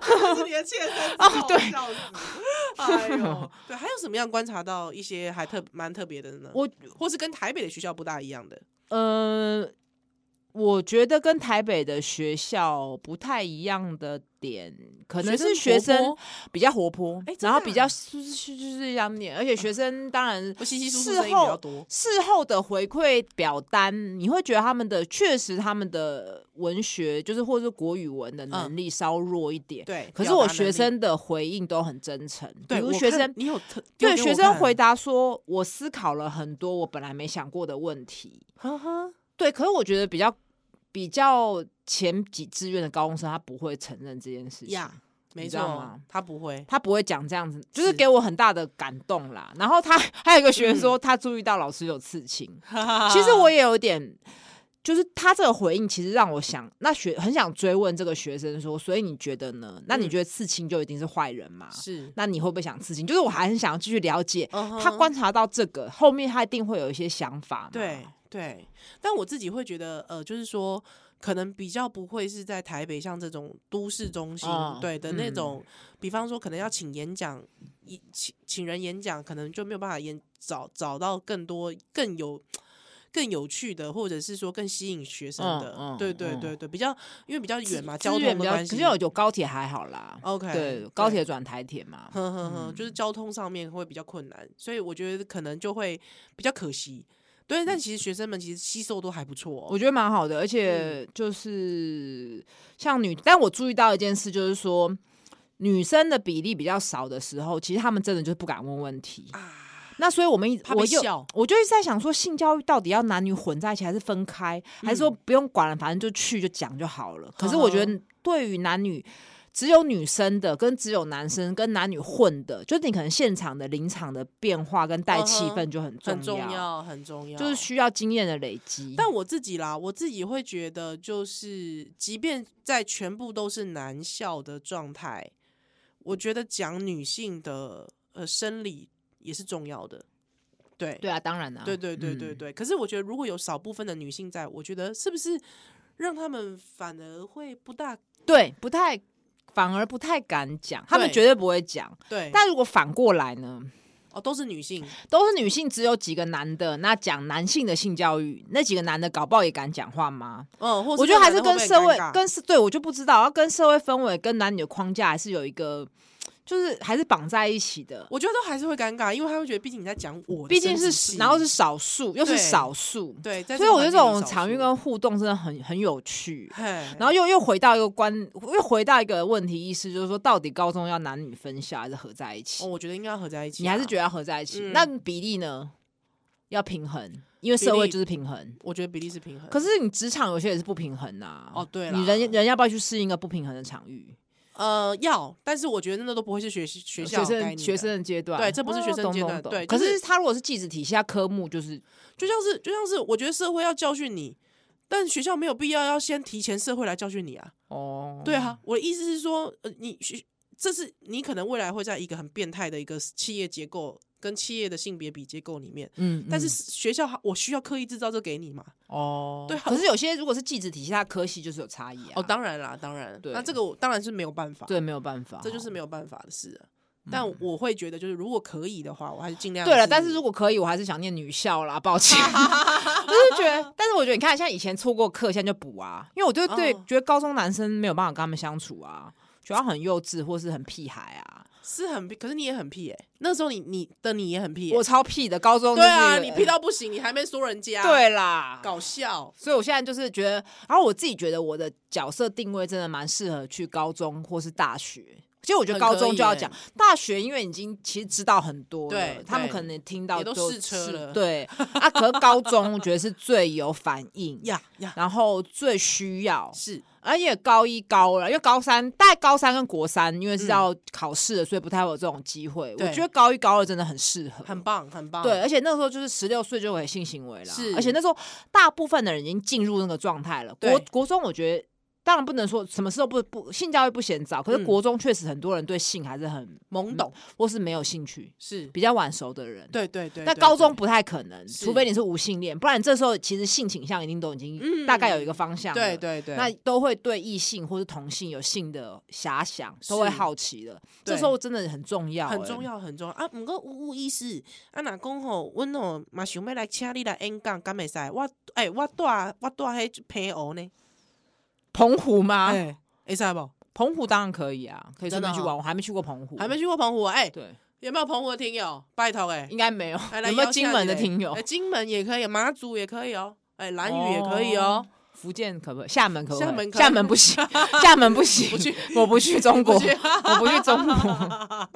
Speaker 1: 这是你的切身哦，对，笑死，哎 呦，对，还有什么样观察到一些还特蛮特别的呢？
Speaker 2: 我
Speaker 1: 或是跟台北的学校不大一样的，
Speaker 2: 呃，我觉得跟台北的学校不太一样的点，可能是学生
Speaker 1: 活泼
Speaker 2: 比较活泼
Speaker 1: 哎，真
Speaker 2: 然后
Speaker 1: 的
Speaker 2: 比
Speaker 1: 啊
Speaker 2: 较就是就是这样念，而且学生当然
Speaker 1: 不稀稀疏疏
Speaker 2: 事
Speaker 1: 声音比较
Speaker 2: 后
Speaker 1: 多，
Speaker 2: 事后的回馈表单，你会觉得他们的确实他们的文学就是或者是国语文
Speaker 1: 嗯
Speaker 2: 的能力稍弱一点，
Speaker 1: 对。
Speaker 2: 可是
Speaker 1: 表达
Speaker 2: 我
Speaker 1: 能
Speaker 2: 学
Speaker 1: 力，
Speaker 2: 生的回应都很真诚，
Speaker 1: 对，
Speaker 2: 比
Speaker 1: 我
Speaker 2: 如学
Speaker 1: 看
Speaker 2: 生。
Speaker 1: 你有特
Speaker 2: 对学生回
Speaker 1: 答，
Speaker 2: 答说：“我思考了很多我本来没想过的问题。
Speaker 1: 呵呵”
Speaker 2: 对，可是我觉得比较比较前几志愿的高中生，他不会承认这件事情。
Speaker 1: 呀，没
Speaker 2: 你知道
Speaker 1: 错
Speaker 2: 吗，
Speaker 1: 他不会，
Speaker 2: 他不会讲这样子，就是是给我很大的感动啦。然后他还有一个学
Speaker 1: 嗯
Speaker 2: 生说，他注意到老师有刺青，
Speaker 1: 啊
Speaker 2: 其实我也有点，就是他这个回应，其实让我想，那学很想追问这个学生说，所以你觉得呢？那你
Speaker 1: 嗯
Speaker 2: 觉得刺青就一 定是坏人吗？
Speaker 1: 是
Speaker 2: 那你会不会想刺青？就是我还很想要继续了解，他
Speaker 1: 他
Speaker 2: 观察到这个后面，他一定会有一些想法嘛。
Speaker 1: 对对，但我自己会觉得，呃，就是说，可能比较不会是在台北像这种都市中心、
Speaker 2: 哦
Speaker 1: 对的那
Speaker 2: 嗯
Speaker 1: 种，比方说可能要请演讲，一请请人演讲，可能就没有办法演找找到更多更有更有趣的，或者是说更吸引学生的。
Speaker 2: 嗯嗯
Speaker 1: 对对
Speaker 2: 嗯
Speaker 1: 对对，比较因为比较远嘛，
Speaker 2: 资
Speaker 1: 交
Speaker 2: 源
Speaker 1: 通
Speaker 2: 比
Speaker 1: 的
Speaker 2: 较，
Speaker 1: 关
Speaker 2: 可
Speaker 1: 系
Speaker 2: 是。有有高铁还好啦。
Speaker 1: OK，嗯
Speaker 2: 对，高铁嗯转台铁嘛。
Speaker 1: 呵呵呵，就是交通上面会比较困难，所以我觉得可能就会比较可惜。对，但其实学生们其实吸收都还不错、
Speaker 2: 我觉得蛮好的，而
Speaker 1: 嗯
Speaker 2: 且就是像女，但我注意到一件事，就是说女生的比例比较少的时候，其实她们真的就是不敢问问题。
Speaker 1: 啊，
Speaker 2: 那所以我们一
Speaker 1: 怕
Speaker 2: 我
Speaker 1: 被
Speaker 2: 就
Speaker 1: 笑
Speaker 2: 我就一直在想说，性教育到底要男女混在一起，还是分开，还是说
Speaker 1: 嗯
Speaker 2: 不用管了，反正就去就讲就好了？可是我觉得对于男女。只有女生的跟只有男生跟男女混的，就是你可能现场的临场的变化跟带气
Speaker 1: 嗯哼
Speaker 2: 氛就很重
Speaker 1: 很重要，很重要，
Speaker 2: 就是需要经验的累积。
Speaker 1: 但我自己啦，我自己会觉得，就是即便在全部都是男校的状态，我觉得讲女性的呃生理也是重要的。对，
Speaker 2: 对啊，当然啊，
Speaker 1: 对对对
Speaker 2: 嗯
Speaker 1: 对对。可是我觉得，如果有少部分的女性在，我觉得是不是让他们反而会不大
Speaker 2: 对，不太，反而不太敢讲，他们
Speaker 1: 对
Speaker 2: 绝对不会讲。
Speaker 1: 对？
Speaker 2: 但如果反过来呢，
Speaker 1: 哦，都是女性，
Speaker 2: 都是女性，只有几个男的，那讲男性的性教育，那几个男的搞不好也敢讲话吗？
Speaker 1: 嗯，或
Speaker 2: 我觉得还
Speaker 1: 是
Speaker 2: 是
Speaker 1: 那
Speaker 2: 跟
Speaker 1: 个男的会不会
Speaker 2: 社会
Speaker 1: 很尴尬
Speaker 2: 跟是对我就不知道，要跟社会氛围跟男女的框架还是有一个，就是还是绑在一起的。
Speaker 1: 我觉得都还是会尴尬，因为他会觉得，毕竟你在讲我的
Speaker 2: 毕竟
Speaker 1: 生殖
Speaker 2: 是
Speaker 1: 器
Speaker 2: 然后是少数，又是
Speaker 1: 对
Speaker 2: 少数，
Speaker 1: 对，在
Speaker 2: 所以我觉
Speaker 1: 环
Speaker 2: 得这
Speaker 1: 境里
Speaker 2: 种
Speaker 1: 少
Speaker 2: 场域
Speaker 1: 数
Speaker 2: 跟互动真的很很有趣。
Speaker 1: 嘿，
Speaker 2: 然后又又回到一个关，又回到一个问题意识，就是说到底高中要男女分校还是合在一起？
Speaker 1: 哦，我觉得应该要合在一起啊，
Speaker 2: 你还是觉得要合在一起？
Speaker 1: 嗯
Speaker 2: 那比例呢？要平衡，因为社
Speaker 1: 比
Speaker 2: 会
Speaker 1: 例
Speaker 2: 就是平衡。
Speaker 1: 我觉得比例是平衡。
Speaker 2: 可
Speaker 1: 是，
Speaker 2: 是你职场有些也是不平衡呐、
Speaker 1: 哦对啦
Speaker 2: 你人人要不要去适应一个不平衡的场域？
Speaker 1: 呃，要，但是我觉得那都不会是学习学校
Speaker 2: 学
Speaker 1: 该你
Speaker 2: 生
Speaker 1: 的
Speaker 2: 学生的阶段，
Speaker 1: 对这不是学生阶段
Speaker 2: 哦懂懂懂
Speaker 1: 对
Speaker 2: 可
Speaker 1: 就是
Speaker 2: 是他如果是技职体系，他科目就是
Speaker 1: 就像是就像是，我觉得社会要教训你，但学校没有必要要先提前社会来教训你啊。
Speaker 2: 哦，
Speaker 1: 对啊，我的意思是说，呃，你学这是你可能未来会在一个很变态的一个企业结构跟企业的性别比结构里面，
Speaker 2: 嗯，嗯，
Speaker 1: 但是学校我需要刻意制造这给你嘛？
Speaker 2: 哦，
Speaker 1: 对啊
Speaker 2: 可是有些如果是技职体系，它科系就是有差异啊。
Speaker 1: 哦，当然啦，当然，
Speaker 2: 对
Speaker 1: 那这个我当然是没有办法，
Speaker 2: 对，啊没有办法，哦
Speaker 1: 这就是没有办法的事啊。但我会觉得，就是如果可以的话，我还是尽量
Speaker 2: 嗯对了，但是如果可以，我还是想念女校啦，抱歉。 就是觉得，但是我觉得你看，像以前错过课，现在就补啊，因为我就对、
Speaker 1: 哦
Speaker 2: 觉得高中男生没有办法跟他们相处啊，觉得他很幼稚或是很屁孩啊，
Speaker 1: 是很屁，可是你也很屁哎、那时候你你的你也很屁、欸，
Speaker 2: 我超屁的，高中
Speaker 1: 对啊，
Speaker 2: 就是
Speaker 1: 你屁到啊不行，你还没说人家，，
Speaker 2: 对啦。
Speaker 1: 搞笑，
Speaker 2: 所以我现在就是觉得，然后我自己觉得我的角色定位真的蛮适合去高中或是大学。其实我觉得
Speaker 1: 很
Speaker 2: 高
Speaker 1: 可
Speaker 2: 中
Speaker 1: 以
Speaker 2: 就要
Speaker 1: 耶
Speaker 2: 讲，大学因为已经其实知道很多了，
Speaker 1: 对
Speaker 2: 他们
Speaker 1: 对
Speaker 2: 可能也听到
Speaker 1: 也都
Speaker 2: 就
Speaker 1: 试车
Speaker 2: 是
Speaker 1: 了
Speaker 2: 对啊。可是高中我觉得是最有反应，
Speaker 1: 呀呀，
Speaker 2: 然后最需要，
Speaker 1: 是
Speaker 2: 而且高一高了，因为高三大概高三跟国三，因为是要考试的，所以不太会有这种机会。
Speaker 1: 嗯
Speaker 2: 我
Speaker 1: 对
Speaker 2: 觉得高一高二真的很适合，
Speaker 1: 很棒很棒，
Speaker 2: 对，而且那时候就是十六岁就可以性行为了，
Speaker 1: 嗯是
Speaker 2: 而且那时候大部分的人已经进入那个状态了。
Speaker 1: 对
Speaker 2: 国国中我觉得。当然不能说什么事都不不性教育不嫌早，可是
Speaker 1: 嗯
Speaker 2: 国中确实很多人对性还是很
Speaker 1: 懵懂
Speaker 2: 或是没有兴趣，
Speaker 1: 是，
Speaker 2: 比较晚熟的人。
Speaker 1: 对对对，
Speaker 2: 那
Speaker 1: 对
Speaker 2: 高中
Speaker 1: 对
Speaker 2: 不太可能，
Speaker 1: 是
Speaker 2: 除非你是无性恋，不然这时候其实性倾向一定都已经
Speaker 1: 嗯
Speaker 2: 大概有一个方向了。
Speaker 1: 对对对，
Speaker 2: 那都会对异性或是同性有性的遐想，都会
Speaker 1: 是
Speaker 2: 好奇的。
Speaker 1: 对
Speaker 2: 这时候真的很重要、
Speaker 1: 很重
Speaker 2: 欸。
Speaker 1: 要很重要啊！唔过有有意思，啊若讲吼，阮吼嘛想要来请你来演讲，敢袂使？我诶、我带我带迄平湖呢，啊
Speaker 2: 澎湖吗？
Speaker 1: 诶会使无？
Speaker 2: 澎湖当然可以啊，可以顺
Speaker 1: 真的
Speaker 2: 便去玩。
Speaker 1: 哦
Speaker 2: 我还没去过澎湖，
Speaker 1: 还没去过澎湖诶、
Speaker 2: 对，
Speaker 1: 有没有澎湖的听友？拜托诶、
Speaker 2: 应该没有。
Speaker 1: 哎来
Speaker 2: 有没有
Speaker 1: 邀
Speaker 2: 金
Speaker 1: 下
Speaker 2: 门
Speaker 1: 你
Speaker 2: 的
Speaker 1: 嘞
Speaker 2: 听友
Speaker 1: 哎，？金门也可以，马祖也可以哦，哎，蓝屿也可以哦。
Speaker 2: 福建可不可以？厦门可不可以？
Speaker 1: 厦门可以
Speaker 2: 厦门不 行，厦门不行，
Speaker 1: 不去，
Speaker 2: 我不去中国，
Speaker 1: 不去
Speaker 2: 我不去中 国。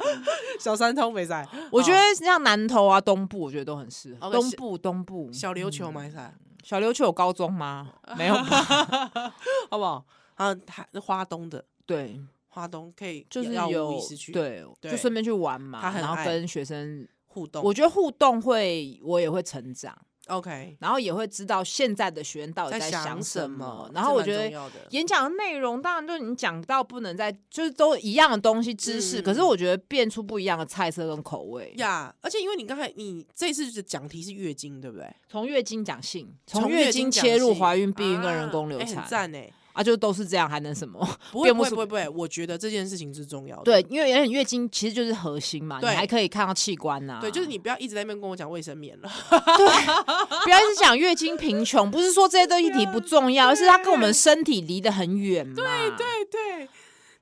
Speaker 1: 小三通 没在，
Speaker 2: 我觉得像南投啊、东部，我觉得都很适合。
Speaker 1: OK，
Speaker 2: 东
Speaker 1: 小
Speaker 2: 部，东部，
Speaker 1: 哦
Speaker 2: 嗯
Speaker 1: 小琉球埋在，
Speaker 2: 小琉球有高中吗？没有吧。
Speaker 1: 好不好？啊，还花东的，
Speaker 2: 对，
Speaker 1: 花东可以
Speaker 2: 就是
Speaker 1: 要
Speaker 2: 有
Speaker 1: 无意识去
Speaker 2: 对，就
Speaker 1: 对
Speaker 2: 顺便去玩嘛，
Speaker 1: 他很
Speaker 2: 然后
Speaker 1: 爱
Speaker 2: 跟学生，
Speaker 1: 互动。
Speaker 2: 我觉得互动会我也会成长，
Speaker 1: OK，
Speaker 2: 然后也会知道现在的学员到底
Speaker 1: 在
Speaker 2: 想
Speaker 1: 想
Speaker 2: 什
Speaker 1: 么？
Speaker 2: 然
Speaker 1: 这
Speaker 2: 后我
Speaker 1: 蛮
Speaker 2: 觉
Speaker 1: 重
Speaker 2: 得
Speaker 1: 要的
Speaker 2: 演讲的内容当然就是你讲到不能再就是都一样的东西知识，可是
Speaker 1: 嗯
Speaker 2: 我觉得变出不一样的菜色跟口味。
Speaker 1: 呀，而且因为你刚才你这次的讲题是月经，对不对？
Speaker 2: 从月经讲性，从
Speaker 1: 从
Speaker 2: 月
Speaker 1: 月
Speaker 2: 经
Speaker 1: 经
Speaker 2: 切
Speaker 1: 讲
Speaker 2: 入
Speaker 1: 性
Speaker 2: 怀孕、避孕跟人
Speaker 1: 啊
Speaker 2: 工流
Speaker 1: 哎
Speaker 2: 产
Speaker 1: 很赞哎！
Speaker 2: 啊啊，就都是这样，还能什么？
Speaker 1: 不会
Speaker 2: 变
Speaker 1: 不
Speaker 2: 不
Speaker 1: 会
Speaker 2: 出
Speaker 1: 不会不会，我觉得这件事情是重要的。
Speaker 2: 对，因为而且月经其实就是核心嘛，你
Speaker 1: 对
Speaker 2: 还可以看到器官呐、
Speaker 1: 对，就是你不要一直在那边跟我讲卫生棉
Speaker 2: 啊
Speaker 1: 了。
Speaker 2: 不要一直讲月经贫穷，不是说这些都议题不重要，而是它跟我们身体离得很远嘛。对对。
Speaker 1: 对对，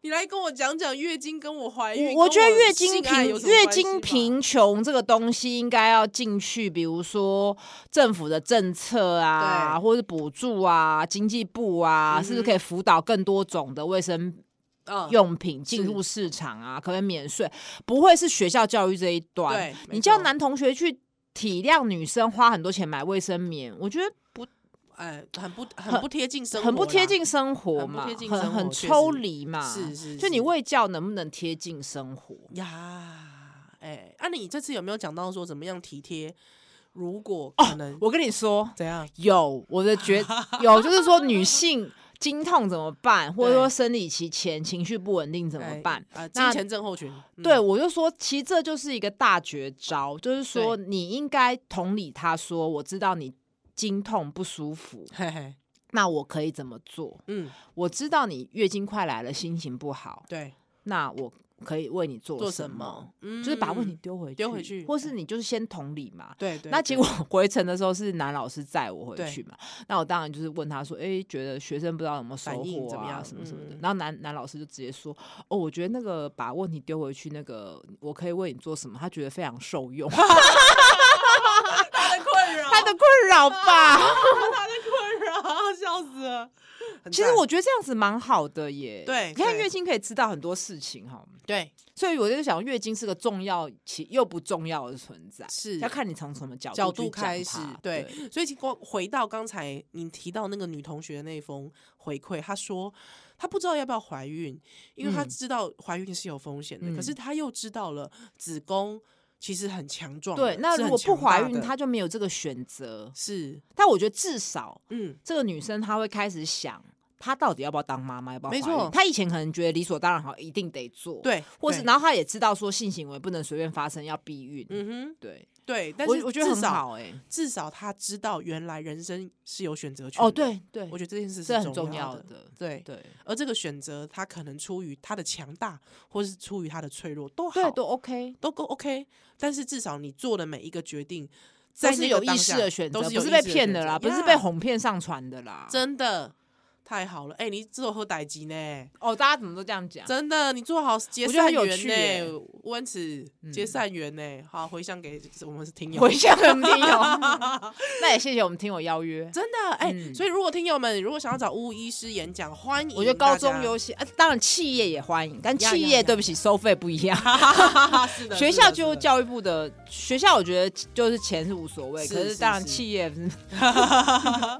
Speaker 1: 你来跟我讲讲月经跟我怀孕，
Speaker 2: 我我觉得
Speaker 1: 跟
Speaker 2: 月经
Speaker 1: 性爱
Speaker 2: 贫
Speaker 1: 有什么
Speaker 2: 月
Speaker 1: 关系吧
Speaker 2: 经，贫穷这个东西应该要进去，比如说政府的政策啊，
Speaker 1: 对
Speaker 2: 或者补助啊，经济部啊，是不是可以辅导更多种的卫生
Speaker 1: 嗯，
Speaker 2: 用品进入市场啊？可不可以免税？不会是学校教育这一段
Speaker 1: 对，没
Speaker 2: 你叫
Speaker 1: 错
Speaker 2: 男同学去体谅女生花很多钱买卫生棉，我觉得
Speaker 1: 哎，很不很不贴近生活，
Speaker 2: 很不贴，近生活
Speaker 1: 很不
Speaker 2: 嘛
Speaker 1: 贴，近生
Speaker 2: 很
Speaker 1: 活
Speaker 2: 很
Speaker 1: 确
Speaker 2: 抽
Speaker 1: 实
Speaker 2: 离嘛。
Speaker 1: 是是
Speaker 2: 就是你卫教能不能贴近生活？
Speaker 1: 呀。哎，啊，你这次有没有讲到说怎么样体贴？如果
Speaker 2: 哦
Speaker 1: 可能
Speaker 2: 我跟你说，
Speaker 1: 怎样？
Speaker 2: 有我的 觉有，就是说女性经痛怎么办，或者
Speaker 1: 对
Speaker 2: 说生理期前情绪不稳定怎么
Speaker 1: 哎
Speaker 2: 办？
Speaker 1: 啊？
Speaker 2: 那
Speaker 1: 金钱症候群，嗯
Speaker 2: 对，我就说，其实这就是一个大绝招，就是说你应该同理他说，我知道你经痛不舒服，
Speaker 1: 嘿嘿，
Speaker 2: 那我可以怎么做？
Speaker 1: 嗯，
Speaker 2: 我知道你月经快来了，心情不好，
Speaker 1: 对，
Speaker 2: 那我可以为你做
Speaker 1: 做
Speaker 2: 什
Speaker 1: 什
Speaker 2: 么
Speaker 1: 么？？嗯，
Speaker 2: 就是把问题丢回去，
Speaker 1: 丢回去
Speaker 2: 或是你就是先同理嘛。
Speaker 1: 对对。
Speaker 2: 那
Speaker 1: 对
Speaker 2: 结果 回程的时候是男老师载我回
Speaker 1: 对
Speaker 2: 去嘛？那我当然就是问他说：“哎、觉得学生不知道有没有收
Speaker 1: 反应
Speaker 2: 获
Speaker 1: 怎么
Speaker 2: 啊，
Speaker 1: 样
Speaker 2: 什么什么的。
Speaker 1: 嗯
Speaker 2: 然后男男老师就直接说：“哦，我觉得那个把问题丢回去，那个我可以为你做什么？”他觉得非常受用，
Speaker 1: 他的困扰，
Speaker 2: 他的困 扰吧。
Speaker 1: 他的困扰，笑死了。很
Speaker 2: 其实
Speaker 1: 赞
Speaker 2: 我觉得这样子蛮好的耶。
Speaker 1: 对
Speaker 2: 你看
Speaker 1: 对
Speaker 2: 月经可以知道很多事情哈，
Speaker 1: 对
Speaker 2: 所以我就想，月经是个重要其又不重要的存在，
Speaker 1: 是
Speaker 2: 要看你从什么角
Speaker 1: 角
Speaker 2: 度去
Speaker 1: 度
Speaker 2: 讲
Speaker 1: 开始
Speaker 2: 它，
Speaker 1: 对
Speaker 2: 对，
Speaker 1: 所以光回到刚才你提到那个女同学的那封回馈，她说她不知道要不要怀孕，因为她
Speaker 2: 嗯
Speaker 1: 知道怀孕是有风险的，
Speaker 2: 嗯
Speaker 1: 可是她又知道了子宫其实很强壮的，
Speaker 2: 对，那
Speaker 1: 是
Speaker 2: 如
Speaker 1: 很
Speaker 2: 果不
Speaker 1: 强大
Speaker 2: 怀孕，
Speaker 1: 的
Speaker 2: 她就没有这个选择。
Speaker 1: 是
Speaker 2: 但我觉得至少
Speaker 1: 嗯
Speaker 2: 这个女生她会开始想，她到底要不要当妈妈，要不要怀
Speaker 1: 没
Speaker 2: 孕？
Speaker 1: 错
Speaker 2: 她以前可能觉得理所当然，好一定得做，，
Speaker 1: 对，
Speaker 2: 或是
Speaker 1: 对
Speaker 2: 然后她也知道说性行为不能随便发生，要避孕，
Speaker 1: 嗯哼
Speaker 2: 对，
Speaker 1: 对，但
Speaker 2: 我
Speaker 1: 是
Speaker 2: 我觉得
Speaker 1: 至
Speaker 2: 很
Speaker 1: 少
Speaker 2: 好哎、
Speaker 1: 至少她知道原来人生是有选择权
Speaker 2: 哦，
Speaker 1: 的，
Speaker 2: 对对，
Speaker 1: 我觉得这件事
Speaker 2: 这
Speaker 1: 是
Speaker 2: 很重
Speaker 1: 要
Speaker 2: 要的，
Speaker 1: 对。
Speaker 2: 对
Speaker 1: 而这个选择，它可能出于它的强大，或是出于它的脆弱，都好，
Speaker 2: 对都 OK，
Speaker 1: 都够 OK。但是至少你做的每一个决定，
Speaker 2: 都
Speaker 1: 在
Speaker 2: 是
Speaker 1: 那
Speaker 2: 有
Speaker 1: 个
Speaker 2: 意
Speaker 1: 当
Speaker 2: 识
Speaker 1: 下
Speaker 2: 的选择，
Speaker 1: 都是
Speaker 2: 不
Speaker 1: 有
Speaker 2: 是
Speaker 1: 意
Speaker 2: 被
Speaker 1: 识的
Speaker 2: 骗
Speaker 1: 选
Speaker 2: 的
Speaker 1: 择
Speaker 2: 啦，不是
Speaker 1: 呀
Speaker 2: 被哄骗上船的啦，
Speaker 1: 真的太好了。哎、你做好歹机呢？
Speaker 2: 哦，大家怎么都这样讲，
Speaker 1: 真的，你做好结
Speaker 2: 我觉得
Speaker 1: 善
Speaker 2: 很有
Speaker 1: 缘
Speaker 2: 趣
Speaker 1: 呢、
Speaker 2: 耶嗯
Speaker 1: 温慈结善缘呢、好，回向给我们是听友
Speaker 2: 回。向我们 听友， 那也谢谢我们听友邀约。
Speaker 1: 真的哎、
Speaker 2: 嗯
Speaker 1: 所以如果听友们如果想要找巫医师演讲，欢迎
Speaker 2: 我觉得高
Speaker 1: 大
Speaker 2: 中
Speaker 1: 家
Speaker 2: 尤其，啊，当然企业也欢迎，但
Speaker 1: 呀
Speaker 2: 企
Speaker 1: 呀
Speaker 2: 业
Speaker 1: 呀
Speaker 2: 对不起，收费不一 样。
Speaker 1: 啊是 的
Speaker 2: 学
Speaker 1: 是
Speaker 2: 校
Speaker 1: 的
Speaker 2: 就是
Speaker 1: 的
Speaker 2: 教育部的学校，我觉得就是钱是无所谓，
Speaker 1: 是
Speaker 2: 可是
Speaker 1: 是
Speaker 2: 当然
Speaker 1: 是
Speaker 2: 企业嗯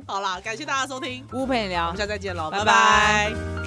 Speaker 1: 好啦，感谢大家收听，
Speaker 2: 不陪
Speaker 1: 我
Speaker 2: 你聊
Speaker 1: 们。下次再见喽，
Speaker 2: 拜
Speaker 1: 拜拜